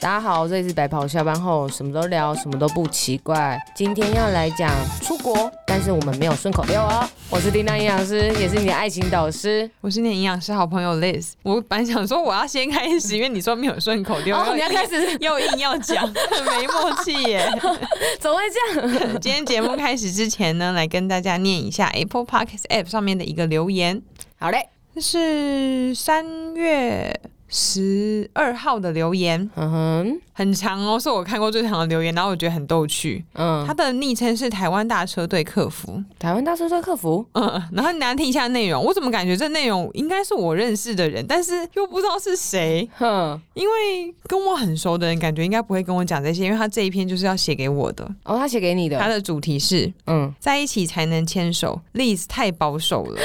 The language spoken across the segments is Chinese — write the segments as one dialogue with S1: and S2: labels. S1: 大家好，这里是白袍下班后，什么都聊，什么都不奇怪。今天要来讲出国，但是我们没有顺口溜哦。我是叮当营养师，也是你的爱情导师。
S2: 我是你的营养师好朋友 Liz。我本来想说我要先开始，因 为你说没有顺口溜，
S1: 哦，你要开始，
S2: 又硬要讲， 很没默契耶。
S1: 怎么会这样？
S2: 今天节目开始之前呢，来跟大家念一下 Apple Podcast App 上面的一个留言，
S1: 好嘞，
S2: 这是三月十二号的留言，
S1: 嗯哼，
S2: 很长哦，是我看过最长的留言，然后我觉得很逗趣。
S1: 嗯，
S2: 他的昵称是台湾大车队客服，
S1: 台湾大车车客服，
S2: 嗯，然后你来听一下内容。我怎么感觉这内容应该是我认识的人，但是又不知道是谁，
S1: 哼，
S2: 因为跟我很熟的人，感觉应该不会跟我讲这些，因为他这一篇就是要写给我的。
S1: 哦，他写给你
S2: 他
S1: 的，
S2: 的主题是
S1: 嗯，
S2: 在一起才能牵手，Liz 太保守 了，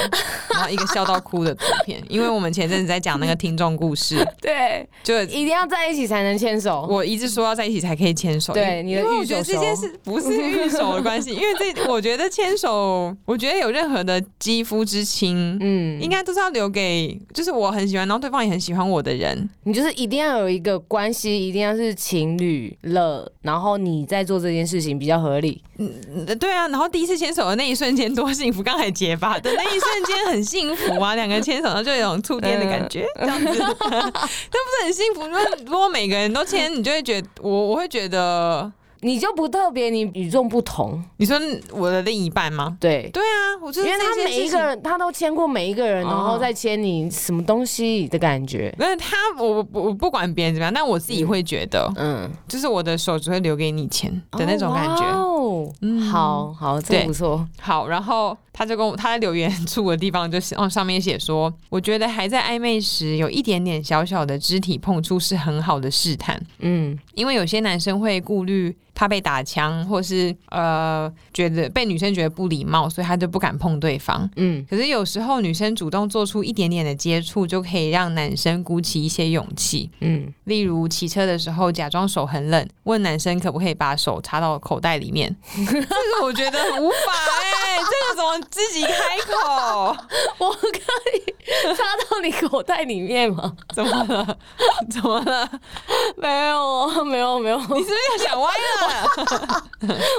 S2: 然后一个笑到哭的图片。因为我们前阵子在讲那个听众故事，
S1: 对，
S2: 就
S1: 一定要在一起才能牵手。
S2: 我一直说要在一起才可以牵手，
S1: 对
S2: 因为
S1: 你的
S2: 因为
S1: 御
S2: 我觉得
S1: 手
S2: 这件
S1: 手
S2: 事不是御手 的关系，因为这我觉得牵手，我觉得有任何的肌肤之亲，
S1: 嗯，
S2: 应该都是要留给，就是我很喜欢，然后对方也很喜欢我的人。
S1: 你就是一定要有一个关系，一定要是情侣了，然后你再做这件事情比较合理。
S2: 嗯对啊，然后第一次牵手的那一瞬间多幸福，刚才结巴的那一瞬间很幸福啊，两个人牵手然后就有种触电的感觉，
S1: 嗯
S2: 这样子，但不是很幸福。如果如果每个人都牵，你就会觉得我我会觉得，
S1: 你就不特别，你与众不同，
S2: 你说我的另一半吗？
S1: 对，
S2: 对啊，我就
S1: 因为
S2: 是
S1: 他
S2: 这件事
S1: 每一
S2: 情
S1: 个人他都牵过每一个人，
S2: 哦
S1: 然后再牵你什么东西的感觉，
S2: 那他，我我我不管别人怎么样，但我自己会觉得，
S1: 嗯
S2: 就是我的手只会留给你钱的那种感觉。
S1: 哦，哇哦
S2: 嗯
S1: 好好，这个
S2: 对
S1: 不错，
S2: 好，然后他就跟我他在留言处的地方就是哦，上面写说，我觉得还在暧昧时有一点点小小的肢体碰触是很好的试探，
S1: 嗯
S2: 因为有些男生会顾虑怕被打枪，或是呃觉得被女生觉得不礼貌，所以他就不敢碰对方。
S1: 嗯，
S2: 可是有时候女生主动做出一点点的接触，就可以让男生鼓起一些勇气。
S1: 嗯，
S2: 例如骑车的时候假装手很冷，问男生可不可以把手插到口袋里 面，这个我觉得很无法哎、这个怎么自己开口？
S1: 我可以插到你口袋里面吗？
S2: 怎么了？ 怎么了？
S1: 没有，没有，没有，
S2: 你是不是又想歪了？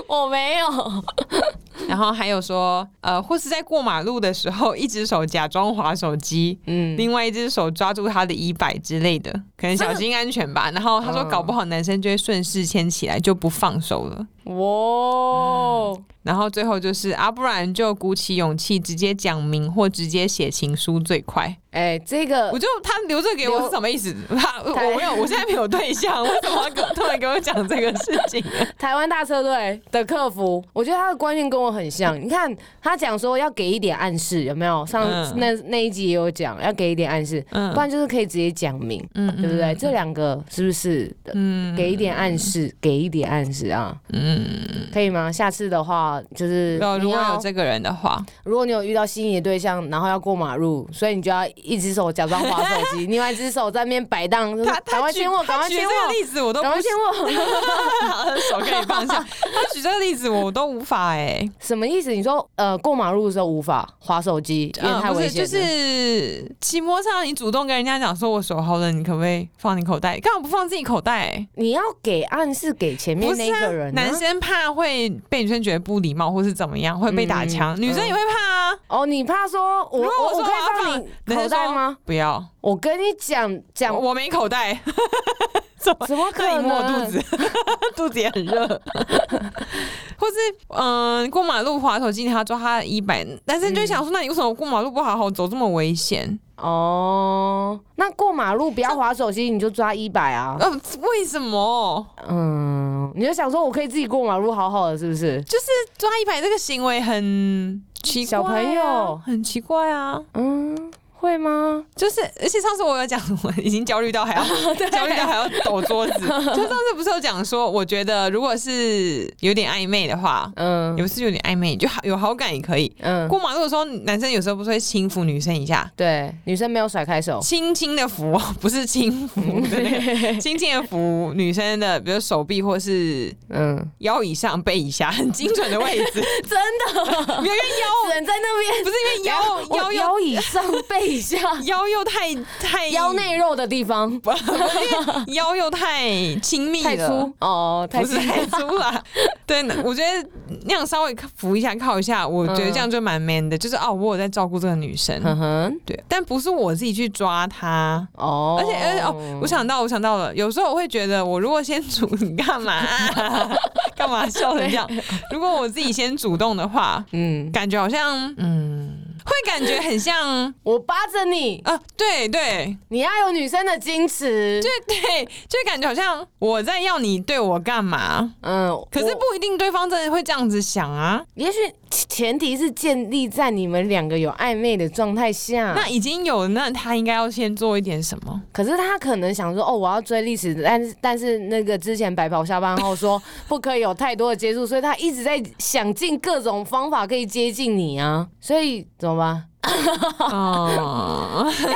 S1: 我没有，
S2: 然后还有说，呃，或是在过马路的时候，一只手假装滑手机。
S1: 嗯，
S2: 另外一只手抓住他的衣摆之类的，可能小心安全吧。然后他说，
S1: 嗯
S2: 搞不好男生就会顺势牵起来，就不放手了。
S1: 哇，
S2: 然后最后就是啊，不然就鼓起勇气直接讲明或直接写情书最快。
S1: 哎，这个
S2: 我就他留这给我
S1: 留
S2: 是什么意思？他我
S1: 台
S2: 我没有，我现在没有对象，为什么要跟突然跟我讲这个事 情？
S1: 台湾大车队的客服，我觉得他的观念跟我很像。 你看，他讲说要给一点暗示，有没有？上、
S2: 嗯
S1: 那那一集也有讲，要给一点暗示，
S2: 嗯
S1: 不然就是可以直接讲明，
S2: 嗯
S1: 对不对？这两个是不是？
S2: 嗯
S1: 给一点暗示，给一点暗示啊，
S2: 嗯，
S1: 可以吗？下次的话就是
S2: 对，啊如
S1: 你
S2: 果
S1: 要
S2: 有，这个人的话，
S1: 如果你有遇到心仪的对象，然后要过马路，所以你就要一只手假装划手机，另外一只手在那边摆荡，就是
S2: 他
S1: 赶快牵我，赶快牵
S2: 举这
S1: 我
S2: 个，例子我都不
S1: 赶快牵我。
S2: 他的 手可以放下，他举这个例子我都无法哎，
S1: 什么意思？你说呃，过马路的时候无法划手机，因为
S2: 嗯，
S1: 太
S2: 不
S1: 危险
S2: 是，就
S1: 了。
S2: 是骑摩托车你主动跟人家讲说我手好冷，你可不可以放你口袋？干嘛不放自己口袋？欸
S1: 你要给暗示给前面
S2: 不是
S1: 那
S2: 啊
S1: 个人、啊
S2: 男生怕会被女生觉得不礼貌，或是怎么样，会被打枪。
S1: 嗯
S2: 女生也会怕啊，
S1: 哦，你怕说我
S2: 如果我
S1: 我
S2: 说
S1: 我可
S2: 我要
S1: 以
S2: 放
S1: 放你口
S2: 男生
S1: 袋
S2: 说
S1: 吗？
S2: 不要，
S1: 我跟你讲讲
S2: 我，我没 口袋，怎么？
S1: 怎么可
S2: 那你摸我肚
S1: 能？啊
S2: 子， 肚子也很 热。或是嗯、过马路滑手机，他抓他的衣摆，男生就会
S1: 嗯
S2: 想说，那你为什么过马路不好好走，这么危险？
S1: 哦，那过马路不要划手机，你就抓一百啊。
S2: 呃，为什么？
S1: 嗯，你就想说我可以自己过马路，好好的，是不是？
S2: 就是抓衣摆这个行为很奇怪、
S1: 小
S2: 啊，
S1: 朋友
S2: 很奇怪啊。
S1: 嗯，会吗？
S2: 就是，而且上次我有讲， 我已经焦虑到还要、焦虑到还要抖桌子。就上次不是有讲说，我觉得如果是有点暧昧的话，
S1: 嗯
S2: 也不是有点暧昧，就好有好感也可以。
S1: 嗯，
S2: 过马路的时候，男生有时候不是会轻抚女生一下，
S1: 对，女生没有甩开手。
S2: 轻轻的抚哦，不是轻抚的那个，轻轻的抚女生的，比如手臂或是
S1: 嗯，
S2: 腰以上、背以下，很精准的位置，
S1: 真的，
S2: 没有因为腰
S1: 人在那边。
S2: 不是因为腰
S1: 我
S2: 腰又
S1: 哦腰以上，背以 下
S2: 腰又太太
S1: 腰内肉的地方
S2: 腰又太亲密
S1: 太
S2: 了
S1: 粗。哦，太
S2: 不
S1: 粗
S2: 是 太粗了，对，我觉得那样稍微扶一下、靠一下，我觉得这样就蛮 man 的，就是哦，我有在照顾这个女生，
S1: 嗯哼，
S2: 对，但不是我自己去抓她，
S1: 哦，
S2: 而且而且哦，我想到我想到了，有时候我会觉得，我如果先主， 你干嘛啊干、嘛笑成这样？如果我自己先主动的话，
S1: 嗯，
S2: 感觉好像嗯，会感觉很像
S1: 我扒着你，
S2: 啊，对对
S1: 你要有女生的矜持，
S2: 对对，就感觉好像我在要你对我干嘛？
S1: 嗯，
S2: 可是
S1: 我
S2: 不一定对方真的会这样子想啊。
S1: 也许前提是建立在你们两个有暧昧的状态下。
S2: 那已经有，那他应该要先做一点什么？
S1: 可是他可能想说，哦，我要追历史，但是但是那个之前白袍下班后说 不可以有太多的接触，所以他一直在想尽各种方法可以接近你啊。所以怎么办？
S2: 哦，
S1: 要追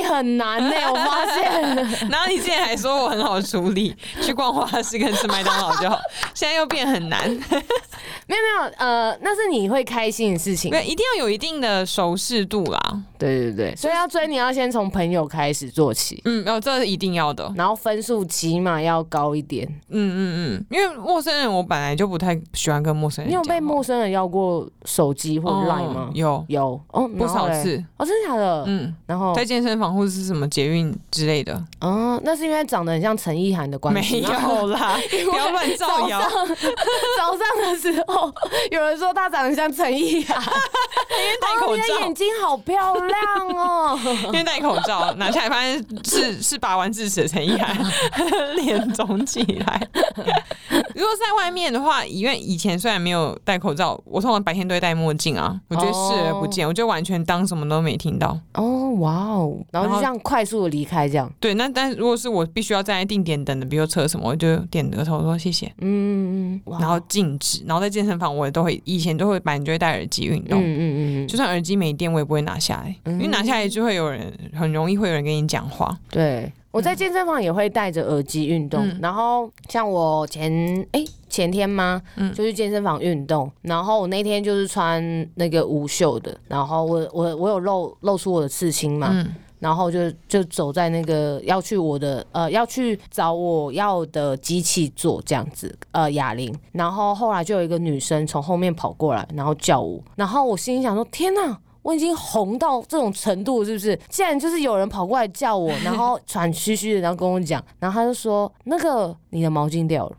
S1: 你很难 呢、我发现。
S2: 然后你之前还说我很好处理，去逛花市跟吃麦当劳就好，现在又变 很难。
S1: 没有没有，呃，那是你会开心的事情。
S2: 对，一定要有一定的熟视度啦。
S1: 对对对，所以要追你要先从朋友开始做起，
S2: 嗯，哦，这是一定要的。
S1: 然后分数起码要高一点。
S2: 嗯嗯嗯，因为陌生人我本来就不太喜欢跟陌生人
S1: 你
S2: 讲
S1: 有
S2: 话。
S1: 被陌生人要过手机或
S2: 哦
S1: Line 吗？
S2: 有
S1: 有哦，
S2: 不少
S1: 然后嘞。
S2: 次。
S1: 哦，真的假的？
S2: 嗯，
S1: 然后
S2: 在健身房或者是什么捷运之类的，
S1: 哦，那是因为长得很像陈意涵的关
S2: 没
S1: 系。
S2: 有啦，不要乱造谣
S1: 早。上 早上的时候，有人说她长得像陈意涵，
S2: 戴口
S1: 哦你的眼
S2: 罩，
S1: 睛好漂亮哦。
S2: 因为戴口罩，拿下来发现是是拔完智齿的陈意涵， 脸肿起来。如果是在外面的话，因为以前虽然没有戴口罩，我通常白天都会戴墨镜啊，我觉得视而不见，我就完全当什么都没听到。
S1: 哦，哇哦，然后就这样快速的离开，这样，
S2: 对，那但如果是我必须要站在定点等的，比如车什么，我就点个头说谢谢，
S1: 嗯，嗯嗯哇
S2: 然后静止，然后在健身房我也都会，以前都会把你就会戴耳机运
S1: 嗯
S2: 动，
S1: 嗯嗯嗯，
S2: 就算耳机没电我也不会拿下来，因为拿下来就会有人很容易会有人跟你讲话，
S1: 对。我在健身房也会戴着耳机运动，
S2: 嗯
S1: 然后像我前哎、前天吗，
S2: 嗯
S1: 就去健身房运动，然后我那天就是穿那个无袖的，然后我我我有露露出我的刺青嘛，
S2: 嗯
S1: 然后就就走在那个要去我的呃要去找我要的机器做这样子呃哑铃，然后后来就有一个女生从后面跑过来，然后叫我，然后我心里想说天呐，我已经红到这种程度，是不是？竟然就是有人跑过来叫我，然后喘吁吁的，然后跟我讲，然后他就说：“那个你的毛巾掉了。”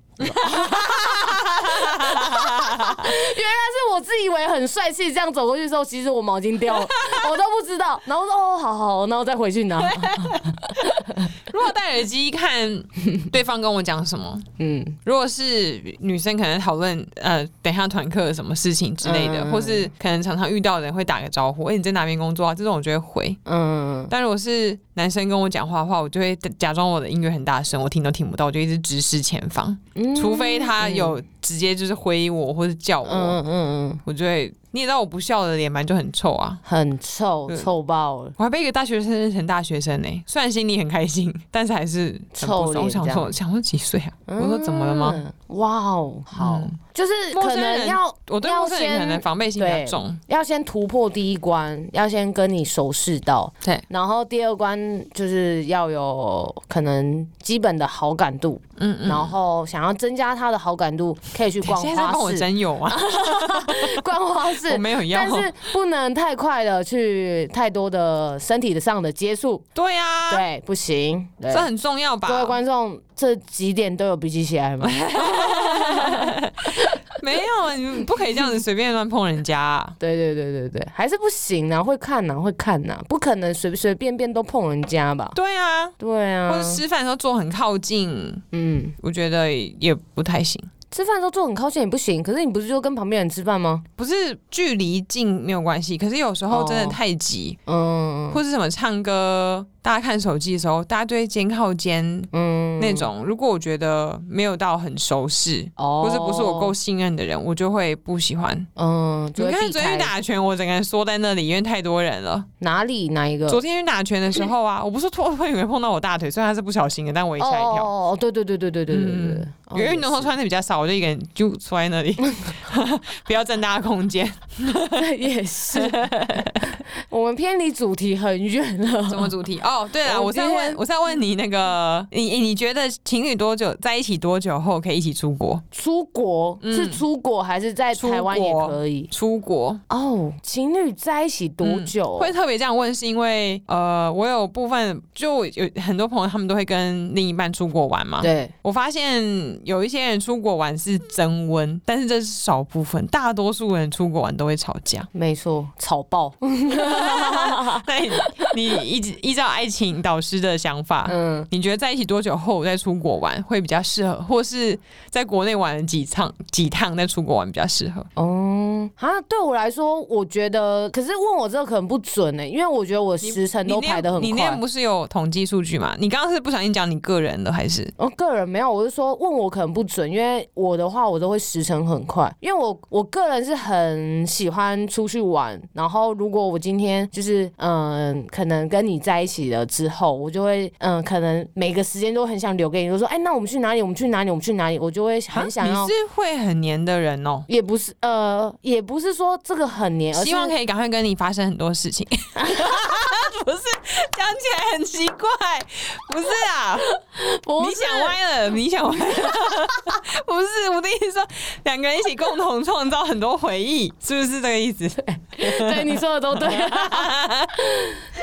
S1: 但是我自以为很帅气，这样走过去的时候，其实我毛巾掉了，我都不知道。然后我说：“哦，好好，那我再回去拿。
S2: 如果戴耳机看对方跟我讲什么，”
S1: 嗯。
S2: 如果是女生可能讨论呃等一下团课什么事情之类的，
S1: 嗯
S2: 或是可能常常遇到的人会打个招呼，哎、你在哪边工作啊？这种我就会回。
S1: 嗯，
S2: 但如果是男生跟我讲话的话，我就会假装我的音乐很大声，我听都听不到，我就一直直视前方，
S1: 嗯
S2: 除非他有直接就是挥我或者叫我，
S1: 嗯嗯嗯嗯，
S2: 我就会。你也知道我不笑的脸蛮就很臭啊。
S1: 很臭，
S2: 对
S1: 臭爆了。
S2: 我还被一个大学生认成大学生呢、虽然心里很开心， 但是还是很不
S1: 臭
S2: 爽
S1: 脸
S2: 我想
S1: 这
S2: 说，想说几岁啊？我说怎么了吗？
S1: 嗯？哇哦，好，
S2: 嗯
S1: 就是
S2: 陌
S1: 可
S2: 生人
S1: 能要
S2: 我对
S1: 要
S2: 陌生人可
S1: 先
S2: 能防备心比较重。
S1: 要先突破第一关，要先跟你熟识到，
S2: 对，
S1: 然后第二关就是要有可能基本的好感度，
S2: 嗯嗯。
S1: 然后想要增加他的好感度，可以去逛
S2: 现在在帮
S1: 花
S2: 我
S1: 市，
S2: 真有啊，
S1: 逛花
S2: 我
S1: 市。
S2: 没有要
S1: 但。 是不能太快的去太多的身体上的接触，
S2: 对啊，
S1: 对，不行。对
S2: 这很重要
S1: 各位
S2: 吧？
S1: 观众，这几点都有笔记起来 吗？
S2: 没有，你们不可以这样子随便乱碰人家 啊、
S1: 对对对对对，还是不行啊，会看呐、会看呐、不可能随随便便都碰人家吧？
S2: 对啊，
S1: 对啊，
S2: 或者吃饭的时候坐很靠近，
S1: 嗯，
S2: 我觉得也不太行。
S1: 吃饭的时候坐很靠近也不行，可是你不是就跟旁边人吃饭吗？
S2: 不是距离近没有关系，可是有时候真的
S1: 哦
S2: 太急，
S1: 嗯
S2: 或是什么唱歌，大家看手机的时候，大家就会肩靠肩，
S1: 嗯，
S2: 那种，如果我觉得没有到很熟识，
S1: 哦，
S2: 或是不是我够信任的人，我就会不喜欢。
S1: 嗯，
S2: 你
S1: 就会
S2: 看
S1: 避
S2: 昨天
S1: 开
S2: 去打拳，我整个人缩在那里，因为太多人了。
S1: 哪里哪一个？
S2: 昨天去打拳的时候啊，我不是突然以为碰到我大腿，虽然他是不小心的，但我也吓一跳。
S1: 哦哦哦，对对对对对对对对哦对
S2: 嗯，因为运动后穿的比较少，我就一个人就坐在 那里， 不要占大家空间。
S1: 穿 也是， 我们偏离主题很远了。
S2: 什么主题？哦，对了，
S1: 我
S2: 我是要
S1: 今
S2: 问，
S1: 天
S2: 我是要问你那个，你你觉得情侣多久在一起多久后可以一起出国？
S1: 出国、
S2: 嗯
S1: 是出国还是在台湾也可以？
S2: 出国
S1: 哦，嗯情侣在一起多久？啊
S2: 会特别这样问，是因为呃，我有部分就有很多朋友他们都会跟另一半出国玩嘛。
S1: 对，。
S2: 我发现有一些人出国玩是增温，但是这是少部分，大多数人出国玩都会吵架
S1: 没错，草爆。啊
S2: 那你你依依照爱情导师的想法，
S1: 嗯，
S2: 你觉得在一起多久后再出国玩会比较适合，或是在国内玩了几趟几趟再出国玩比较适合？
S1: 哦，啊，对我来说，我觉得，可是问我这个可能不准欸呢、因为我觉得我时程
S2: 你
S1: 都
S2: 那
S1: 排的很
S2: 你那
S1: 快
S2: 天。不是有统计数据吗？你刚刚是不小心讲你个人的还是？
S1: 哦，个人没有，我是说问我可能不准，因为我的话我都会时程很快，因为我我个人是很喜欢出去玩，然后如果我今天就是嗯，可能跟你在一起了之后，我就会嗯，可能每个时间都很想留给你，就说哎，那我们去哪里？我们去哪里？我们去哪里？我就会
S2: 啊
S1: 很想要
S2: 你是，会很黏的人哦、
S1: 也不是呃，也不是说这个很黏，而
S2: 希望
S1: 是
S2: 可以赶快跟你发生很多事情。 不是，讲起来很奇怪，不是啊，
S1: 不
S2: 你
S1: 是
S2: 想歪了，你想歪了， 不是我的意思说，两个人一起共同创造很多回忆，是不是这个意思？
S1: 对你说的都对，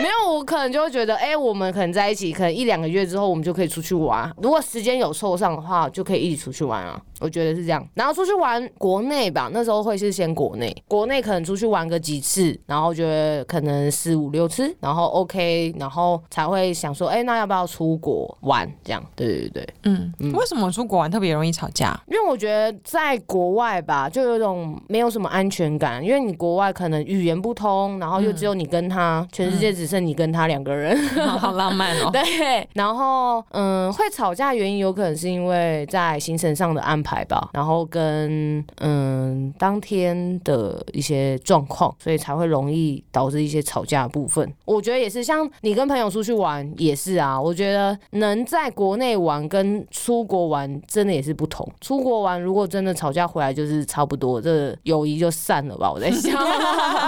S1: 没有我可能就会觉得，哎、我们可能在一起，可能一两个月之后，我们就可以出去玩。如果时间有凑上的话，就可以一起出去玩啊。我觉得是这样。然后出去玩国内吧，那时候会是先国内，国内可能出去玩个几次，然后觉得可能四五六次，然后 OK，然后才会想说，哎、那要不要出国玩？这样，对对对。
S2: 嗯，为什么出国玩特别容易吵 架？
S1: 因为我觉得在国外吧，就有一种没有什么安全感，因为你国外可能语言不通，然后又只有你跟他，全世界只剩你跟他两个人。
S2: 好好浪漫哦、
S1: 对，然后嗯，会吵架的原因有可能是因为在行程上的安排吧，然后跟嗯当天的一些状况，所以才会容易导致一些吵架的部分。我觉得也是，像你跟朋友出去玩也是啊，我觉得能在国内玩跟出国玩真的也是不同。出国玩如果真的吵架回来，就是差不多，这友谊就散了吧。我在想，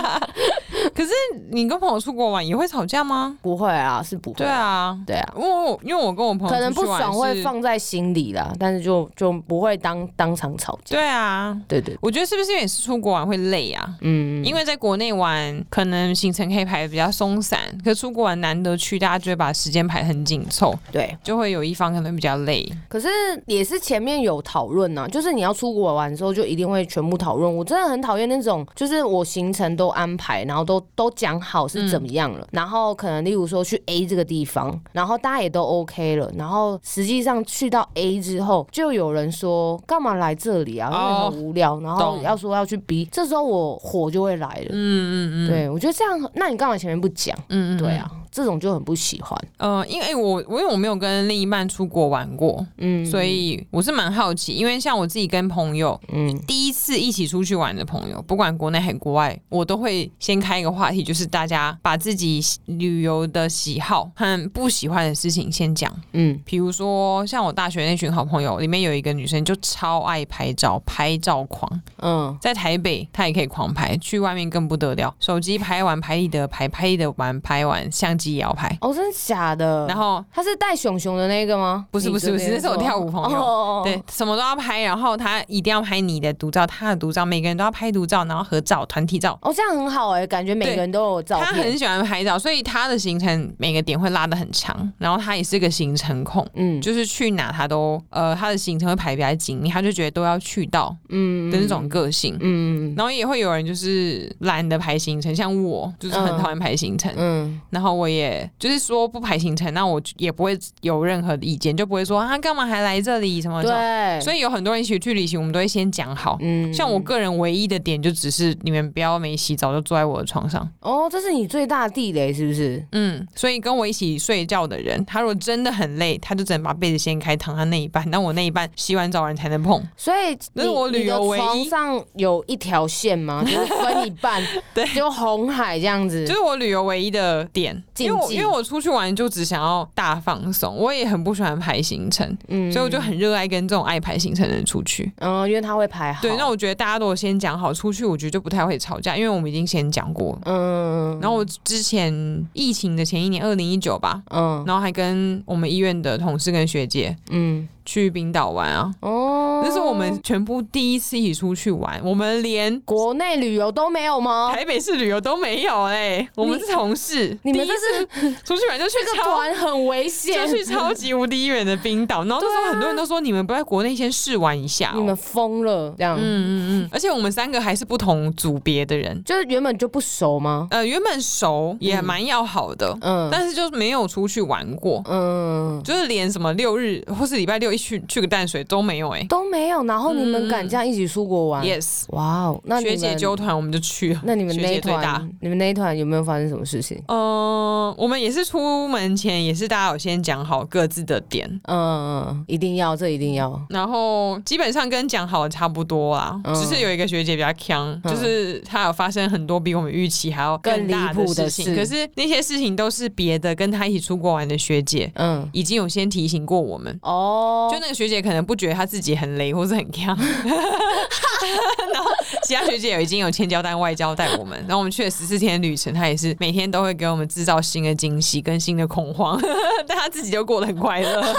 S2: 可是你跟朋友出国玩也会吵架吗？
S1: 不会啊，是不会
S2: 对
S1: 啊，
S2: 啊，
S1: 对啊。
S2: 因为我因为我跟我朋友
S1: 可能
S2: 哦出
S1: 不
S2: 去玩
S1: 爽会
S2: 是。
S1: 放在心里啦，但是就就不会当当场吵架。
S2: 对啊，
S1: 对对，
S2: 我觉得是不是因为是出国玩会累啊？
S1: 嗯，
S2: 因为在国内玩，可能行程可以排的比较松散，可是出国玩难得去，大家就会把时间排很紧凑，
S1: 对。
S2: 就会有一方可能比较累。
S1: 可是也是前面有讨论呐，就是你要出国玩的时候，就一定会全部讨论。我真的很讨厌那种，就是我行程都安排，然后都都讲好是怎么
S2: 嗯
S1: 样了，然后可能例如说去 A 这个地方，然后大家也都 OK 了，然后实际上去到 A 之后，就有人说干嘛来这里啊，因为
S2: 哦
S1: 很无聊，然后
S2: 懂
S1: 要说要去 B，这时候我火就会来了。
S2: 嗯嗯嗯，
S1: 对，我觉得这样，那你干嘛前面不讲？
S2: 嗯嗯，
S1: 对啊，这种就很不喜欢。
S2: 嗯，呃，因为我我因为我没有跟另一半出国玩过，
S1: 嗯，
S2: 所以我是蛮好奇，因为像我自己跟朋友
S1: 嗯，
S2: 第一次一起出去玩的朋友，不管国内还国外，我都会先开一个话题，就是大家把自己旅游的喜好和不喜欢的事情先讲。
S1: 嗯
S2: 比如说，像我大学那群好朋友，里面有一个女生就超爱拍照，拍照狂，
S1: 嗯
S2: 在台北她也可以狂拍，去外面更不得了，手机拍完拍立得拍，拍立得完拍完，相机也要拍，
S1: 哦，真的假的？
S2: 然后。
S1: 他是带熊熊的那个哦吗？
S2: 不是不是不是那是我跳舞朋友
S1: 友
S2: 对，，什么都要拍，然后她一定要拍你的独照，她的独照，每个人都要拍独照，然后合照、团体照，
S1: 哦，这样很好哎，感觉每个人都有照
S2: 他
S1: 片。
S2: 很喜欢拍照，所以他的行程每个点会拉得很长，然后他也是个行程控。
S1: 嗯
S2: 就是去哪他都呃他的行程会排比较紧密，他就觉得都要去到
S1: 嗯
S2: 的那种个性。
S1: 嗯
S2: 然后也会有人就是懒得排行程，像我就是很
S1: 嗯
S2: 讨厌排行程。
S1: 嗯
S2: 然后我也就是说不排行程，那我也不会有任何的意见，就不会说啊干嘛还来这里什
S1: 嗯，
S2: 么什么。
S1: 对，
S2: 所
S1: 以
S2: 以有很多人一起去旅行，我们都会先讲好。
S1: 嗯
S2: 像我个人唯一的点就只是你们不要没洗澡就坐在我的床上。
S1: 哦，这是你最大的地雷是不是？
S2: 嗯，所以跟我一起睡觉的人，他如果真的很累，他就只能把被子掀开躺他那一半，但我那一半洗完澡完才能碰。
S1: 所以
S2: 那
S1: 你
S2: 是我旅
S1: 你的
S2: 游唯一，
S1: 床上有一条线吗？就是分一半
S2: 对
S1: 就红海这样子
S2: 就。是我旅游唯一的点，
S1: 禁
S2: 因
S1: 忌
S2: 为我因为我出去玩就只想要大放松，我也很不喜欢排行程，
S1: 嗯
S2: 所以我就很热爱跟这种爱排行程的人出去。
S1: 嗯，因为他会排好。
S2: 对，那我觉得大家都有先讲好出去，我觉得就不太会吵架，因为我们已经先讲过。
S1: 嗯，
S2: 然后我之前疫情的前一年，二零一九吧，
S1: 嗯
S2: 然后还跟我们医院的同事跟学姐
S1: 嗯
S2: 去冰岛玩啊，
S1: 哦，
S2: 那是我们全部第一次一起出去玩，我们连
S1: 国内旅游都没有吗？
S2: 台北市旅游都没有哎、我们是同事，
S1: 哦你们
S2: 第
S1: 这
S2: 一
S1: 是
S2: 次出去玩就去
S1: 这个
S2: 超
S1: 团很危险
S2: 就，去超级无敌远的冰岛，然后那时候很多人都说你们不在国内先试玩一下、哦，
S1: 啊你们疯了这样。
S2: 嗯嗯嗯，而且我们三个还是不同组别的人，
S1: 就是原本就不熟吗？
S2: 呃，原本熟也蛮要好的，
S1: 嗯
S2: 但是就是没有出去玩过，
S1: 嗯，
S2: 就是连什么六日或是礼拜六一去去个淡水都没有哎、
S1: 都没有。然后你们敢这样一起出国玩？
S2: Yes，
S1: 哇哦，嗯那你
S2: 嗯学
S1: 们
S2: 姐揪团我们就去了。
S1: 那你们
S2: 学
S1: 那一
S2: 姐最大。
S1: 团，你们那一团有没有发生什么事情？
S2: 嗯，我们也是出门前也是大家有先讲好各自的点，
S1: 嗯，一定要，这一定要。
S2: 然后基本上跟讲好的差不多啊，
S1: 嗯
S2: 只是有一个学姐比较强，
S1: 嗯
S2: 就是她有发生很多比我们预期还要
S1: 更
S2: 大
S1: 离谱
S2: 的
S1: 的
S2: 情。
S1: 事
S2: 可是那些事情都是别的跟她一起出国玩的学姐
S1: 嗯，
S2: 已经有先提醒过我们。
S1: 哦，
S2: 就那个学姐可能不觉得她自己很雷或是很强， 然后其他学姐已经有千交代外交代我们，然后我们去了十四天的旅程，她也是每天都会给我们制造新的惊喜跟新的恐慌， 但她自己就过得很快乐。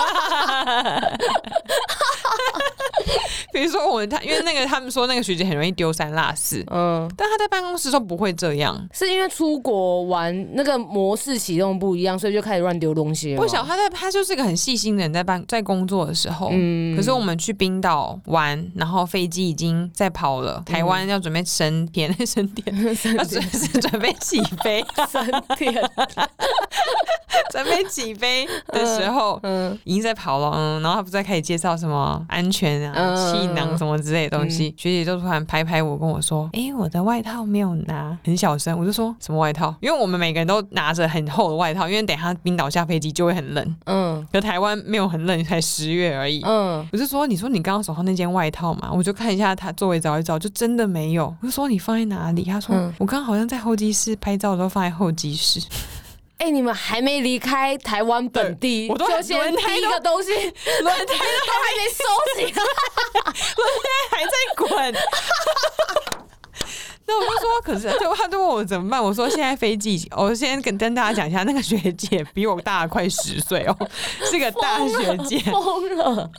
S2: 比如说我们她，因为那个他们说那个学姐很容易丢三落四，
S1: 嗯，
S2: 但她在办公室都不会这样。
S1: 是因为出国玩那个模式启动不一样，所以就开始乱丢东西了吗。
S2: 不晓得她在她就是个很细心的人，在办在工作的时候，
S1: 嗯
S2: 可是我们去冰岛玩，然后飞机已经在跑了，
S1: 嗯
S2: 台湾要准备升 天，升天，要准是准备起飞，
S1: 三天，
S2: 准备起飞的时候。
S1: 嗯
S2: 已经在跑了，嗯，然后他不是在开始介绍什么安全啊、
S1: 嗯
S2: 气囊什么之类的东西，学姐就突然拍拍我，跟我说：“诶，我的外套没有拿。”很小声，我就说什么外套？因为我们每个人都拿着很厚的外套，因为等一下冰岛下飞机就会很冷，
S1: 嗯
S2: 可台湾没有很冷，才十月而已。
S1: 嗯，
S2: 我就说，你说你刚刚手上那件外套嘛，我就看一下他座位找一找，就真的没有。我就说你放在哪里？他说、
S1: 嗯
S2: 我刚刚好像在候机室拍照的时候放在候 机室。
S1: 哎、你们还没离开台湾本地，
S2: 对我都
S1: 就先
S2: 轮胎
S1: 第一
S2: 都
S1: 个东西
S2: 轮胎
S1: 都还没收起来。
S2: 还在滚。 那我就说，可是对，他就问我怎么办。我说现在飞机已经，我先跟跟大家讲一下，那个学姐比我大快十岁哦， 是个大学姐，
S1: 疯了，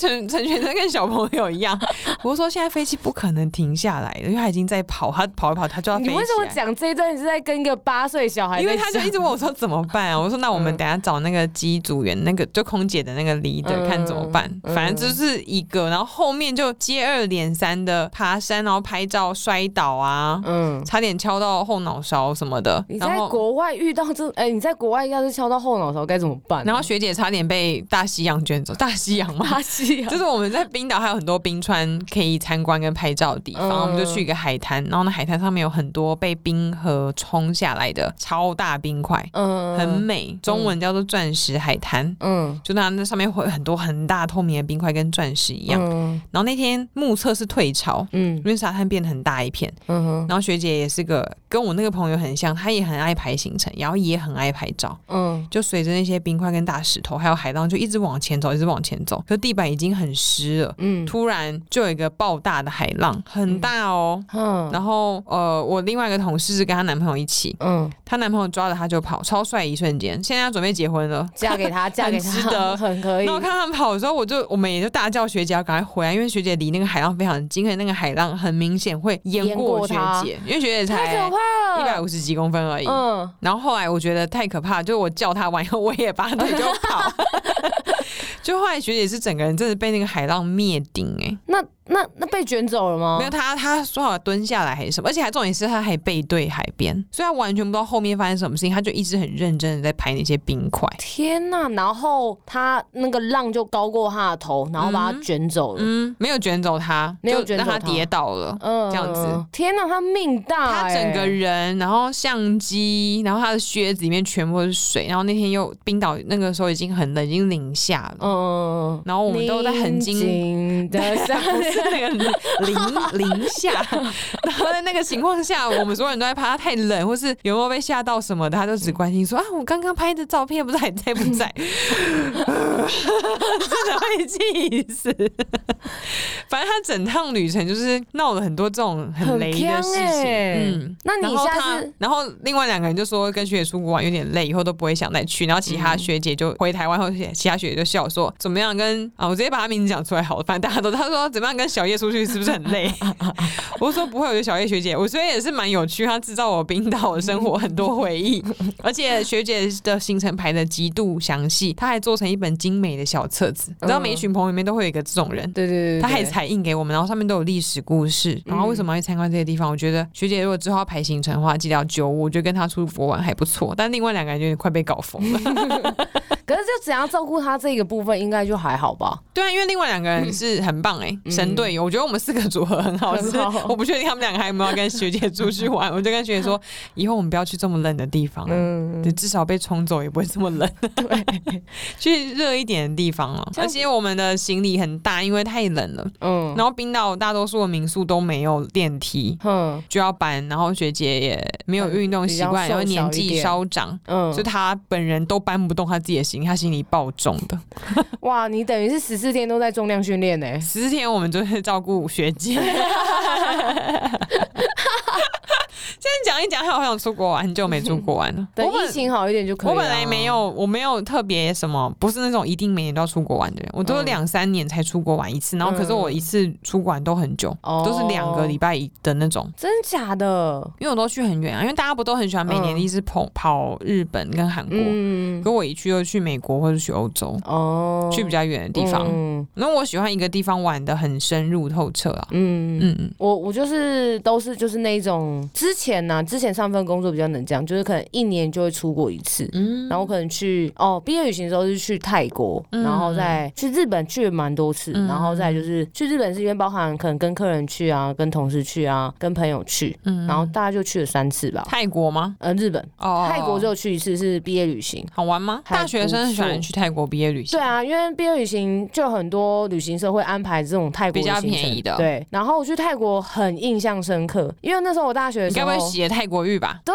S2: 陈陈全真跟小朋友一样。我就说现在飞机不可能停下来的，因为他已经在跑，他跑一跑，他就要飞
S1: 你
S2: 起来。
S1: 为什么讲这一段？你是在跟一个八岁小孩在嗯
S2: 因
S1: 讲？
S2: 为他就一直问我说怎么办啊？我说那我们等下找那个机组员，那个就空姐的那个 leader、
S1: 嗯
S2: 看怎么办。
S1: 嗯
S2: 反正就是一个，然后后面就接二连三的爬山，然后拍照摔倒啊，
S1: 嗯，
S2: 差点敲到后脑勺什么的。
S1: 你
S2: 然
S1: 在
S2: 后
S1: 国外遇到这，哎、你在国外要是敲到后脑勺该怎么办、
S2: 然后学姐差点被大西洋卷走，大西洋嘛。
S1: 巴西啊
S2: 就，是我们在冰岛还有很多冰川可以参观跟拍照的地方，
S1: 嗯
S2: 我们就去一个海滩，然后那海滩上面有很多被冰河冲下来的超大冰块，
S1: 嗯，
S2: 很美，中文叫做钻石海滩。
S1: 嗯
S2: 就那那上面会有很多很大透明的冰块，跟钻石一样。
S1: 嗯
S2: 然后那天目测是退潮，
S1: 嗯
S2: 因为沙滩变得很大一片。
S1: 嗯哼
S2: 然后学姐也是个跟我那个朋友很像，她也很爱排行程，然后也很爱拍照。
S1: 嗯
S2: 就随着那些冰块跟大石头还有海浪，就一直往前走，一直往前走。可地板已经很湿了，
S1: 嗯
S2: 突然就有一个爆大的海浪，很大哦。
S1: 嗯
S2: 然后呃，我另外一个同事是跟她男朋友一起，
S1: 嗯，
S2: 她男朋友抓着她就跑，超帅，一瞬间。现在要准备结婚了，
S1: 嫁 给他，嫁给他，
S2: 值得
S1: 很可以
S2: 那。我看他们跑的时候，我就我们也就大叫学姐要赶快回来，因为学姐离那个海浪非常近，而且那个海浪很明显会淹
S1: 淹
S2: 过
S1: 过
S2: 学
S1: 她
S2: 姐，因为学姐
S1: 太
S2: 才
S1: 可怕
S2: 一百
S1: 了！
S2: 五十几公分而已。
S1: 嗯，
S2: 然后后来我觉得太可怕，就我叫她完以后，我也拔腿就跑，就后来学姐是整个人真的被那个海浪灭顶哎、
S1: 那那那被卷走了吗
S2: 没有？他，他说好蹲下来还是什么，而且还重点是他还背对海边，所以他完全不知道后面发生什么事情，他就一直很认真的在拍那些冰块。
S1: 天呐！然后他那个浪就高过他的头，然后把他卷走了。
S2: 嗯，没有卷走他，
S1: 没有
S2: 就
S1: 卷走
S2: 让他
S1: 他
S2: 跌倒了。
S1: 嗯，
S2: 这样子
S1: 天呐，他命大、
S2: 他
S1: 欸！
S2: 整个人，然后相机，然后他的靴子里面全部都是水，然后那天又冰岛那个时候已经很冷，已经零下了，
S1: 嗯，
S2: 然后我们都在很
S1: 宁
S2: 惊
S1: 静的 山
S2: 不是那个 零零下，然后在那个情况下，我们所有人都在怕他太冷，或是有没有被吓到什么的，他就只关心说啊，我刚刚拍的照片不知道还在不 在，真的会气死。 反正他整趟旅程就是闹了很多这种很雷的事
S1: 很呛
S2: 情，
S1: 欸
S2: 嗯。
S1: 那
S2: 然
S1: 你
S2: 后
S1: 下
S2: 他
S1: 次，
S2: 然后另外两个人就说跟学姐出国玩有点累，以后都不会想再去。然后其他
S1: 嗯
S2: 学姐就回台湾后，其他学姐就笑说怎么样跟啊，我直接把她名字讲出来好了，反正大家都她说怎么样跟小叶出去是不是很累？ 我说不会，我觉得小叶学姐，我觉得也是蛮有趣，她制造我冰岛的生活很多回忆， 而且学姐的行程排的极度详细，她还做成一本精美的小册子，你知
S1: 嗯
S2: 道每一群朋友里面都会有一个这种人，
S1: 对对对对，
S2: 他还
S1: 对
S2: 彩印给我们，然后上面都有历史故事。然后为什么要去参观这些地方？我觉得学姐如果之后要排行程的话，记得要揪我，我觉得跟她出国玩还不错。但另外两个人就有点快被搞疯了。
S1: 可是就只要照顾他这个部分，应该就还好吧？
S2: 对啊，因为另外两个人是很棒哎、神队友。我觉得我们四个组合很好，
S1: 很
S2: 只是
S1: 好
S2: 我不确定他们两个还有没有跟学姐出去 玩。我就跟学姐说，以后我们不要去这么冷的地方、
S1: 嗯，
S2: 对，至少被冲走也不会这么冷。对，去热一点的地方 了。
S1: 这
S2: 而
S1: 样
S2: 且我们的行李很大，因为太冷了。
S1: 嗯，
S2: 然后冰岛大多数的民宿都没有电梯，
S1: 哼，
S2: 就要搬，然后学姐也没有运动习
S1: 嗯比较瘦
S2: 惯，然后年
S1: 小一
S2: 纪
S1: 点
S2: 稍长，
S1: 嗯
S2: 所以，她本人都搬不动她自己的行李，她行李爆重
S1: 嗯
S2: 的。
S1: 哇，你等于是十四天都在重量训练呢、
S2: 十天我们就是照顾学 姐。现在讲一讲，还好想出国玩，很久没出国玩 了。
S1: 等
S2: 我
S1: 疫
S2: 本
S1: 情好一点就可以、啊
S2: 我本来没，有，我没有特别什么，不是那种一定每年都要出国玩的人，我都
S1: 嗯
S2: 两三年才出国玩一次，然后可是我一次出国玩都很久，
S1: 哦
S2: 都是两个礼拜一的那种。
S1: 真假的？
S2: 因为我都去很远啊，因为大家不都很喜欢每年
S1: 嗯
S2: 一直跑、跑日本跟韩国，
S1: 嗯，
S2: 可我一去又去美国或者去欧洲，
S1: 哦，
S2: 去比较远的地方。
S1: 嗯
S2: 那我喜欢一个地方玩的很深入透彻啊，
S1: 嗯
S2: 嗯嗯
S1: 我我就是都是就是那一种之前呢、之前上份工作比较能这样，就是可能一年就会出国一次，
S2: 嗯，
S1: 然后可能去哦毕业旅行的时候是去泰国，
S2: 嗯
S1: 然后再去日本去了蛮多次，
S2: 嗯
S1: 然后再就是去日本是因为包含可能跟客人去啊，跟同事去啊，跟朋友去，
S2: 嗯
S1: 然后大概就去了三次吧。
S2: 泰国吗？
S1: 呃，日本、
S2: 哦，
S1: 泰国只有去一次是毕业旅行。
S2: 好玩吗？
S1: 还
S2: 大学生很喜欢去泰国毕业旅行，
S1: 对啊，因为毕业旅行就很多旅行社会安排这种泰国
S2: 比较
S1: 行程
S2: 便宜的
S1: 对，然后我去泰国很印象深刻，因为那时候我大学的
S2: 你
S1: 时
S2: 该
S1: 候，
S2: 不会洗了泰国浴吧？
S1: 哎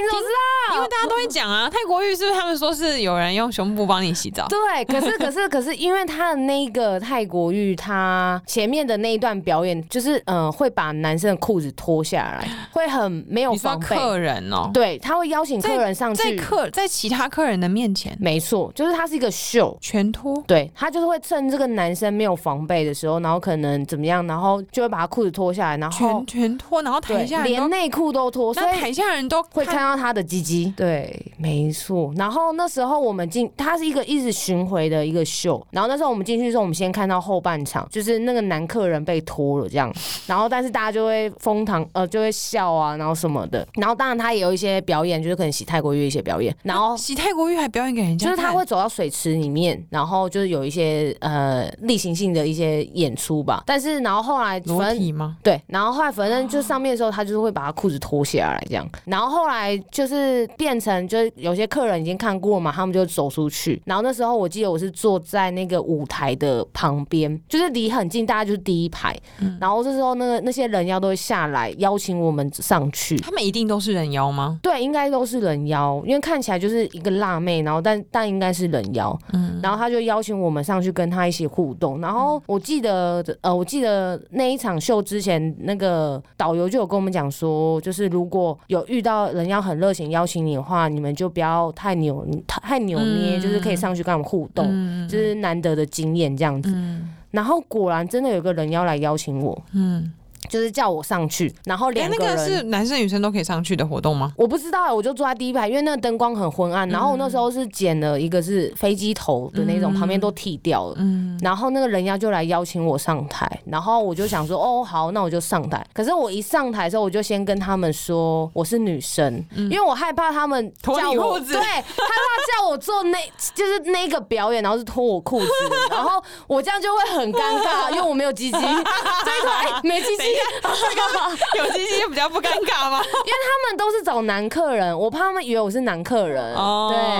S1: 你怎么知道
S2: 因为大家都会讲啊，泰国浴是不是他们说是有人用胸部帮你洗澡？
S1: 对，可是可是可是，因为他的那个泰国浴，他前面的那一段表演，就是嗯、呃会把男生的裤子脱下来，会很没有
S2: 你说
S1: 防备。
S2: 客人哦，
S1: 对，他会邀请
S2: 在
S1: 客人上
S2: 在
S1: 去，
S2: 客在其他客人的面前
S1: 没错，就是他是一个秀。
S2: 全脱，
S1: 对他就是会趁这个男生没有防备的时候，然后可能怎么样，然后就会把他裤子脱下来，然后
S2: 全全脱，然后台
S1: 哦对
S2: 下人都
S1: 连内裤都脱，所
S2: 那
S1: 以
S2: 台下人都
S1: 会看到他的鸡鸡，对，没错。然后那时候我们进，它是一个一直巡回的一个秀。然后那时候我们进去的时候，我们先看到后半场，就是那个男客人被脱了这样。然后但是大家就会疯唐，呃，就会笑啊，然后什么的。然后当然他也有一些表演，就是可能洗泰国浴一些表演。然后
S2: 洗泰国浴还表演给人家
S1: 就
S2: 看，
S1: 是他会走到水池里面，然后就是有一些呃例行性的一些演出吧。但是然后后来
S2: 裸
S1: 反正
S2: 体吗？
S1: 对，然后后来反正就上面的时候，他就是会把他裤子脱下来这样。然后后来就是变成，就是有些客人已经看过嘛，他们就走出去。然后那时候我记得我是坐在那个舞台的旁边，就是离很近，大家就是第一排。然后这时候那个那些人妖都会下来邀请我们上去。
S2: 他们一定都是人妖吗？
S1: 对，应该都是人妖，因为看起来就是一个辣妹，然后但但应该是人妖，
S2: 嗯
S1: 然后他就邀请我们上去跟他一起互动。然后我记得，呃，我记得那一场秀之前，那个导游就有跟我们讲说，就是如果有遇到人妖很热情邀请你的话，你们就不要太扭太扭捏，
S2: 嗯
S1: 就是可以上去跟他们互动，
S2: 嗯
S1: 就是难得的经验这样子。
S2: 嗯
S1: 然后果然真的有个人妖来邀请我，
S2: 嗯，
S1: 就是叫我上去，然后
S2: 哎，
S1: 两
S2: 那
S1: 人、
S2: 个是男生女生都可以上去的活动吗？嗯
S1: 我不知道、我就坐在第一排，因为那个灯光很昏暗。然后我那时候是剪了一个是飞机头的那种，旁边都剃掉了。
S2: 嗯，
S1: 然后那个人妖就来邀请我上台，然后我就想说，哦，好，那我就上台。可是我一上台的时候，我就先跟他们说我是女生，因为我害怕他们
S2: 嗯脱
S1: 叫
S2: 你
S1: 我
S2: 裤子
S1: 对，害怕叫我做那 就是那个表演，然后是脱我裤子，然后我这样就会很尴尬，因为我没有鸡 鸡，所以说哎、没鸡鸡
S2: 等一， 有鸡鸡比较不尴尬吗？
S1: 因为他们都是找男客人，我怕他们以为我是男客人， 对。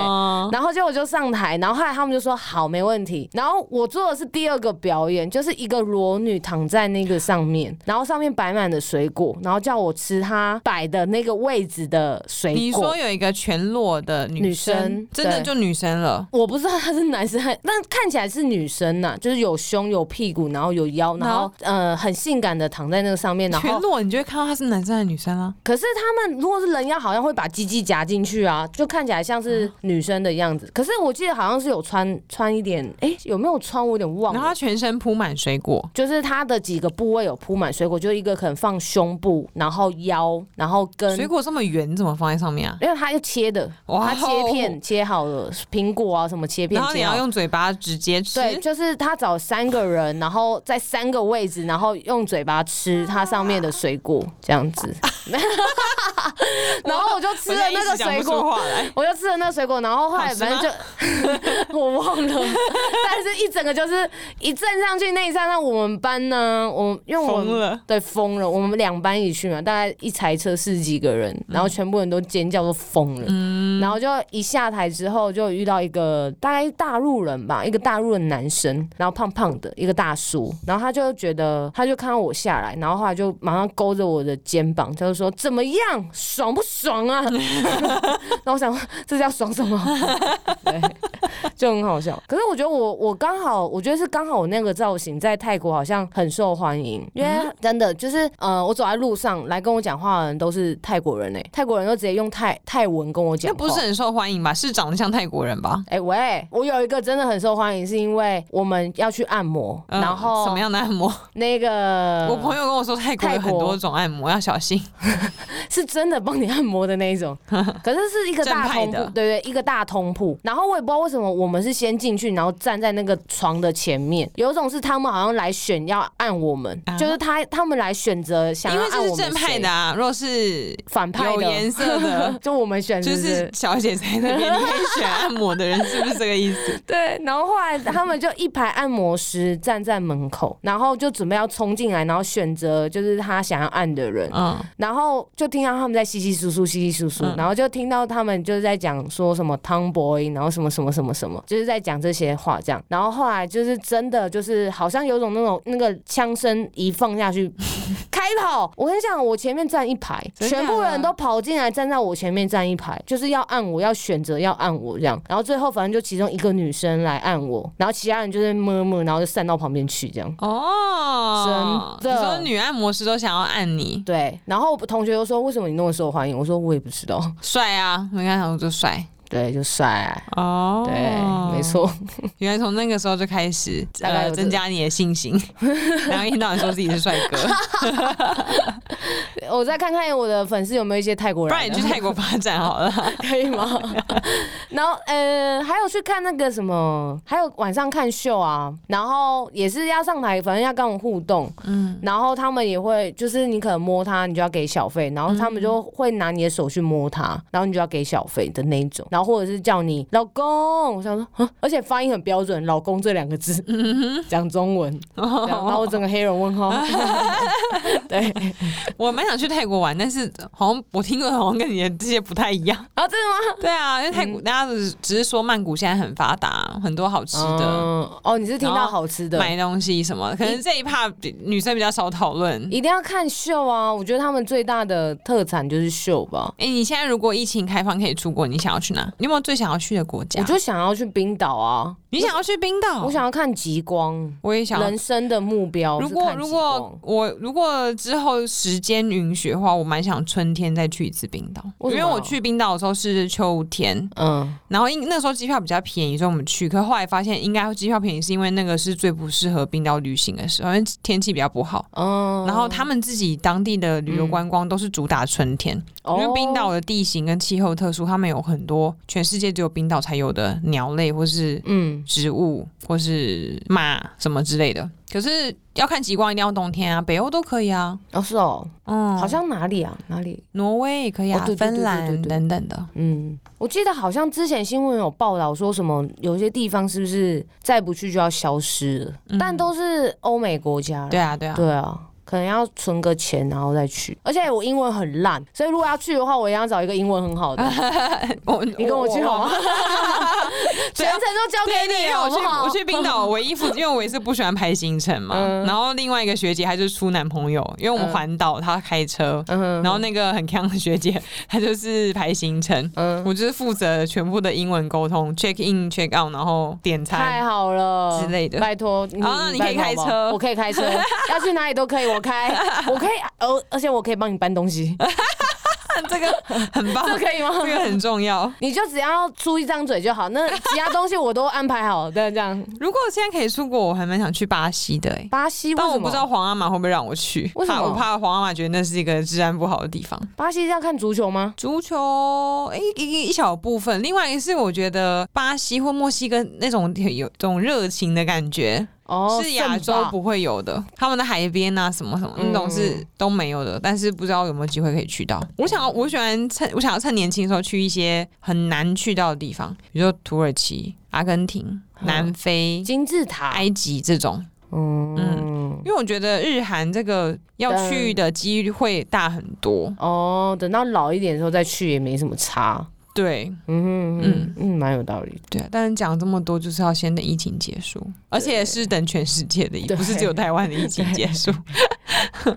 S2: 哦，
S1: 然后结果就上台，然后后来他们就说好，没问题。然后我做的是第二个表演，就是一个裸女躺在那个上面，然后上面摆满了水果，然后叫我吃她摆的那个位置的水
S2: 你
S1: 果
S2: 说。有一个全裸的女生，
S1: 女生
S2: 真的
S1: 对
S2: 就女生了，
S1: 我不知道她是男生还，但看起来是女生呐、就是有胸有屁股，然后有腰，然后呃很性感的躺在那个上面，然
S2: 全
S1: 后
S2: 裸你就会看到她是男生还是女生啊？
S1: 可是他们如果是人妖，好像会把鸡鸡夹进去啊，就看起来像是女生的样子。可是我记得好像是有穿穿一点，哎、有没有穿我有点忘
S2: 然
S1: 了
S2: 后。她全身铺满水果，
S1: 就是它的几个部位有铺满水果，就一个可能放胸部，然后腰，然后跟，
S2: 水果这么圆，怎么放在上面啊？
S1: 因为它要切的，
S2: 哇哦
S1: 它切片切好了，苹果啊什么切片
S2: 然后你
S1: 切
S2: 要
S1: 好。
S2: 用嘴巴直接吃，
S1: 对，就是他找三个人，然后在三个位置，然后用嘴巴吃它上面的水果，这样子。
S2: 啊
S1: 然后我就吃
S2: 我现
S1: 了
S2: 在一
S1: 那
S2: 时
S1: 个
S2: 讲
S1: 水
S2: 不出
S1: 果，
S2: 话来。
S1: 我就吃了那个水果，然后后来反正就 我忘了，但是一整个就是一站上去那一刹那，我们班呢，我因为我们
S2: 疯了
S1: 对疯了，我们两班一起去嘛，大概一台车四十几个人，然后全部人都尖叫说疯了，然后就一下台之后就遇到一个大概大陆人吧，一个大陆的男生，然后胖胖的一个大叔，然后他就觉得他就看到我下来，然后后来就马上勾着我的肩膀，他就说怎么样，爽不爽啊？ 然后我想说这叫爽 什么？对，就很好笑。可是我觉得我我刚好，我觉得是刚好我那个造型在泰国好像很受欢迎，因
S2: 嗯
S1: 为真的就是呃，我走在路上来跟我讲话的人都是泰国人呢、欸泰国人都直接用泰泰文跟我讲
S2: 那
S1: 话。
S2: 不是很受欢迎吧？是长得像泰国人吧？
S1: 哎、喂，我有一个真的很受欢迎，是因为我们要去按摩，
S2: 嗯
S1: 然
S2: 什
S1: 后嗯
S2: 么样的按摩？
S1: 那个
S2: 我朋友跟我说，泰国有很多种按摩，要小心。
S1: 是真的帮你按摩的那一 种，可是是一个大通
S2: 正
S1: 铺
S2: 派的，
S1: 对对，一个大通铺。然后我也不知道为什么我们是先进去，然后站在那个床的前面。有一种是他们好像来选要按我们，
S2: 啊
S1: 就是他他们来选择想
S2: 因
S1: 要
S2: 为
S1: 按
S2: 这
S1: 我
S2: 是
S1: 们
S2: 正
S1: 谁
S2: 派的啊，若是
S1: 反派
S2: 有颜
S1: 的，，
S2: 色 的
S1: 就我们选是
S2: 就
S1: 不是
S2: 是小姐在 那边，你可以选按摩的人，是不是这个意思？
S1: 对，然后后来他们就一排按摩师站在门口，然后就准备要冲进来，然后选择就是他想要按的人。
S2: 嗯，
S1: 然后就听到他们在稀稀疏疏、稀稀疏疏，
S2: 嗯
S1: 然后就听到他们就是在讲说什么 tomboy，然后什么什么什么什么，就是在讲这些话这样。然后后来就是真的就是好像有种那种那个枪声一放下去，开跑！我跟你讲，我前面站一排，
S2: 真的假
S1: 全
S2: 的
S1: 部人都跑进来站在我前面站一排，就是要按我，要选择要按我这样。然后最后反正就其中一个女生来按我，然后其他人就是摸摸，然后就散到旁边去这样。
S2: 哦，
S1: 真的
S2: 你说女按摩师都想要按你，
S1: 对，然后我同学就说为什么你那么受欢迎？我说我也不知道。
S2: 帅啊！我看我就帅
S1: 对，就帅。啊
S2: 哦
S1: 对，没。错，
S2: 原来从那个时候就开始，
S1: 大概有
S2: 呃，
S1: 这
S2: 增加你的信心，然后一天到晚说自己是帅 哥，
S1: 我再看看我的粉丝有没有一些泰国
S2: 不
S1: 人，啊
S2: 然你去泰国发展好了。
S1: 可以吗？然后呃，还有去看那个什么，还有晚上看秀啊，然后也是要上台，反正要跟我们互动，嗯，然后他们也会，就是你可能摸他，你就要给小费，然后他们就会拿你的手去摸他，然后你就要给小费的那一种，然后或者是叫你老公，我想说， 啊而且发音很标准，老公这两个字，
S2: 嗯
S1: 讲中文，这样然后我整个黑人问号，
S2: 哦
S1: 对。
S2: 我蛮想去泰国玩，但是好像我听过，好像跟你的这些不太 一样。
S1: 啊，真的吗？
S2: 对啊，因为泰国
S1: 嗯
S2: 大家只只是说曼谷现在很发达，很多好吃的。
S1: 嗯哦，你是听到好吃的，
S2: 买东西什么，可能这一趴比女生比较少讨论。
S1: 一定要看秀啊！我觉得他们最大的特产就是秀吧。
S2: 哎、你现在如果疫情开放可以出国，你想要去哪啊？你有没有最想要去的国家？
S1: 我就想要去冰岛啊，
S2: 你想要去冰岛，
S1: 我想要看极光，
S2: 我也想要
S1: 人生的目标
S2: 如
S1: 是
S2: 果
S1: 看极光。
S2: 如果我如果之后时间允许的话，我蛮想春天再去一次冰岛，
S1: 为
S2: 因
S1: 什么
S2: 为我去冰岛的时候是秋天，
S1: 嗯，
S2: 然后因那时候机票比较便宜，所以我们去。可后来发现，应该机票便宜是因为那个是最不适合冰岛旅行的时候，因为天气比较不好。
S1: 嗯，
S2: 然后他们自己当地的旅游观光都是主打春天，
S1: 哦
S2: 因为冰岛的地形跟气候特殊，他们有很多全世界只有冰岛才有的鸟类或是
S1: 嗯
S2: 植物或是马什么之类的。可是要看极光，一定要冬天啊，北欧都可以啊，
S1: 哦是哦，
S2: 嗯，
S1: 好像哪里啊哪里
S2: 挪威也可以啊，
S1: 哦对对对
S2: 芬
S1: 对
S2: 兰
S1: 对对
S2: 等等的。
S1: 嗯，我记得好像之前新闻有报道说什么，有些地方是不是再不去就要消失了？
S2: 嗯
S1: 但都是欧美国家啦
S2: 对 啊，对啊，
S1: 对啊，可能要存个钱然后再去。而且我英文很烂，所以如果要去的话，我一定要找一个英文很好的。
S2: 啊 我
S1: 你跟我去好吗？
S2: 只
S1: 全
S2: 要
S1: 程都交
S2: 对
S1: 给
S2: 对，
S1: 你
S2: 因为
S1: 好
S2: 我
S1: 不
S2: 去
S1: 好？
S2: 我去冰岛，我衣服，因为我也是不喜欢排行程嘛。
S1: 嗯
S2: 然后另外一个学姐，她就是出男朋友，因为我们
S1: 嗯
S2: 环岛，她开车。
S1: 嗯
S2: 然后那个很强的学姐，她就是排行程，
S1: 嗯，
S2: 我就是负责全部的英文沟通，check in check out，然后点餐
S1: 太。好了
S2: 之类的
S1: 拜托你，
S2: 啊那你可以
S1: 拜托好不好
S2: 开车
S1: 我可以开车， 要去哪里都可以，我开，我可以，呃而而且我可以帮你搬东西，
S2: 这个很棒，
S1: 这可以吗？
S2: 这个很重要。
S1: 你就只要出一张嘴就好，那其他东西我都安排好，对，这样。
S2: 如果现在可以出国，我还蛮想去巴西的、欸，
S1: 巴西为
S2: 但
S1: 什
S2: 我
S1: 么？
S2: 不知道皇阿玛会不会让我去，
S1: 为什
S2: 怕
S1: 么
S2: 我怕皇阿玛觉得那是一个治安不好的地方。
S1: 巴西是要看足球吗？
S2: 足球诶一一一小部分，另外一个是我觉得巴西或墨西哥那种有种热情的感觉，
S1: 哦，
S2: 是亚
S1: 圣
S2: 洲
S1: 保
S2: 不会有的。他们的海边啊，什么什么
S1: 嗯
S2: 那种是都没有的，但是不知道有没有机会可以去到。我想要，我喜欢趁我想要趁年轻的时候去一些很难去到的地方，比如说土耳其、阿根廷、
S1: 嗯
S2: 南非、
S1: 金字塔。
S2: 埃及这种。
S1: 嗯，
S2: 因为我觉得日韩这个要去的几率会大很多，
S1: 哦，等到老一点的时候再去也没什么差。
S2: 对，
S1: 嗯嗯嗯，蛮有道理的。
S2: 对啊，但是讲这么多，就是要先等疫情结束，而且是等全世界的疫，
S1: 对
S2: 不是只有台湾的疫情结 束。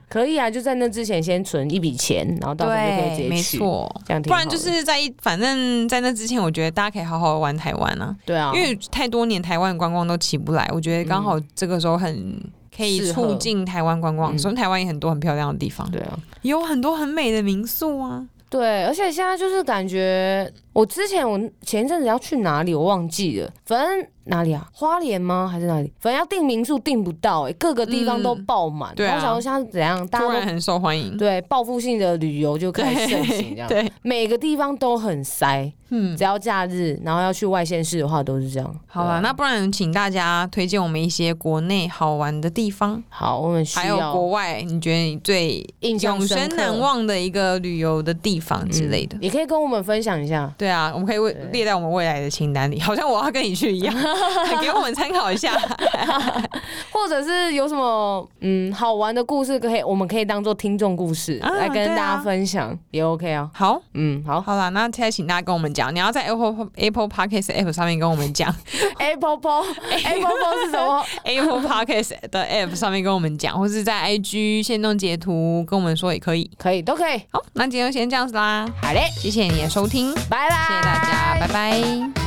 S1: 可以啊，就在那之前先存一笔钱，然后到时候就可以直接去。
S2: 没，错。
S1: 这样挺
S2: 不
S1: 好的
S2: 然就是在一，反正在那之前，我觉得大家可以好好玩台湾啊，
S1: 对啊，
S2: 因为太多年台湾观光都起不来，我觉得刚好这个时候很可以
S1: 适
S2: 促
S1: 合
S2: 进台湾观光。
S1: 嗯
S2: 所以台湾也很多很漂亮的地方，
S1: 对啊。
S2: 也有很多很美的民宿啊。
S1: 对，而且现在就是感觉，我之前我前一阵子要去哪里，我忘记了，反正哪里啊，花莲吗？还是哪里？反正要订民宿订不到、欸，各个地方都
S2: 嗯
S1: 爆满。
S2: 对啊
S1: 然后想说现在是怎样，大
S2: 突
S1: 家
S2: 然
S1: 都
S2: 很受欢迎，
S1: 对报复性的旅游就开始盛行，这样
S2: 对对，
S1: 每个地方都很塞，
S2: 嗯
S1: 只，要假日，然后要去外县市的话都是这样。
S2: 好
S1: 对
S2: 了，
S1: 啊
S2: 那不然请大家推荐我们一些国内好玩的地方。
S1: 好，我们需
S2: 还有国
S1: 要
S2: 外，你觉得你最
S1: 印象
S2: 永
S1: 深
S2: 生
S1: 刻
S2: 难忘的一个旅游的地方之类的？
S1: 嗯也可以跟我们分享一下。
S2: 对啊，我们可以为
S1: 对
S2: 列在我们未来的清单里，好像我要跟你去 一样，给我们参考一下。
S1: 或者是有什么嗯好玩的故事，可以我们可以当做听众故事、
S2: 啊
S1: 来跟
S2: 对啊
S1: 大家分享，也 OK 啊。
S2: 好，
S1: 嗯， 好
S2: 好啦，那现在请大家跟我们讲，你要在 Apple Apple Podcast App 上面跟我 们讲
S1: ，Apple p o Apple p o 哎是什么？
S2: ，Apple Podcast 的 App 上面跟我们讲，或是在 IG 线动截图跟我们说也可以。
S1: 可以，都可以。
S2: 好，那今天就先这样子啦，
S1: 好嘞，
S2: 谢谢你的收听，谢
S1: 拜拜，
S2: 谢大家，拜拜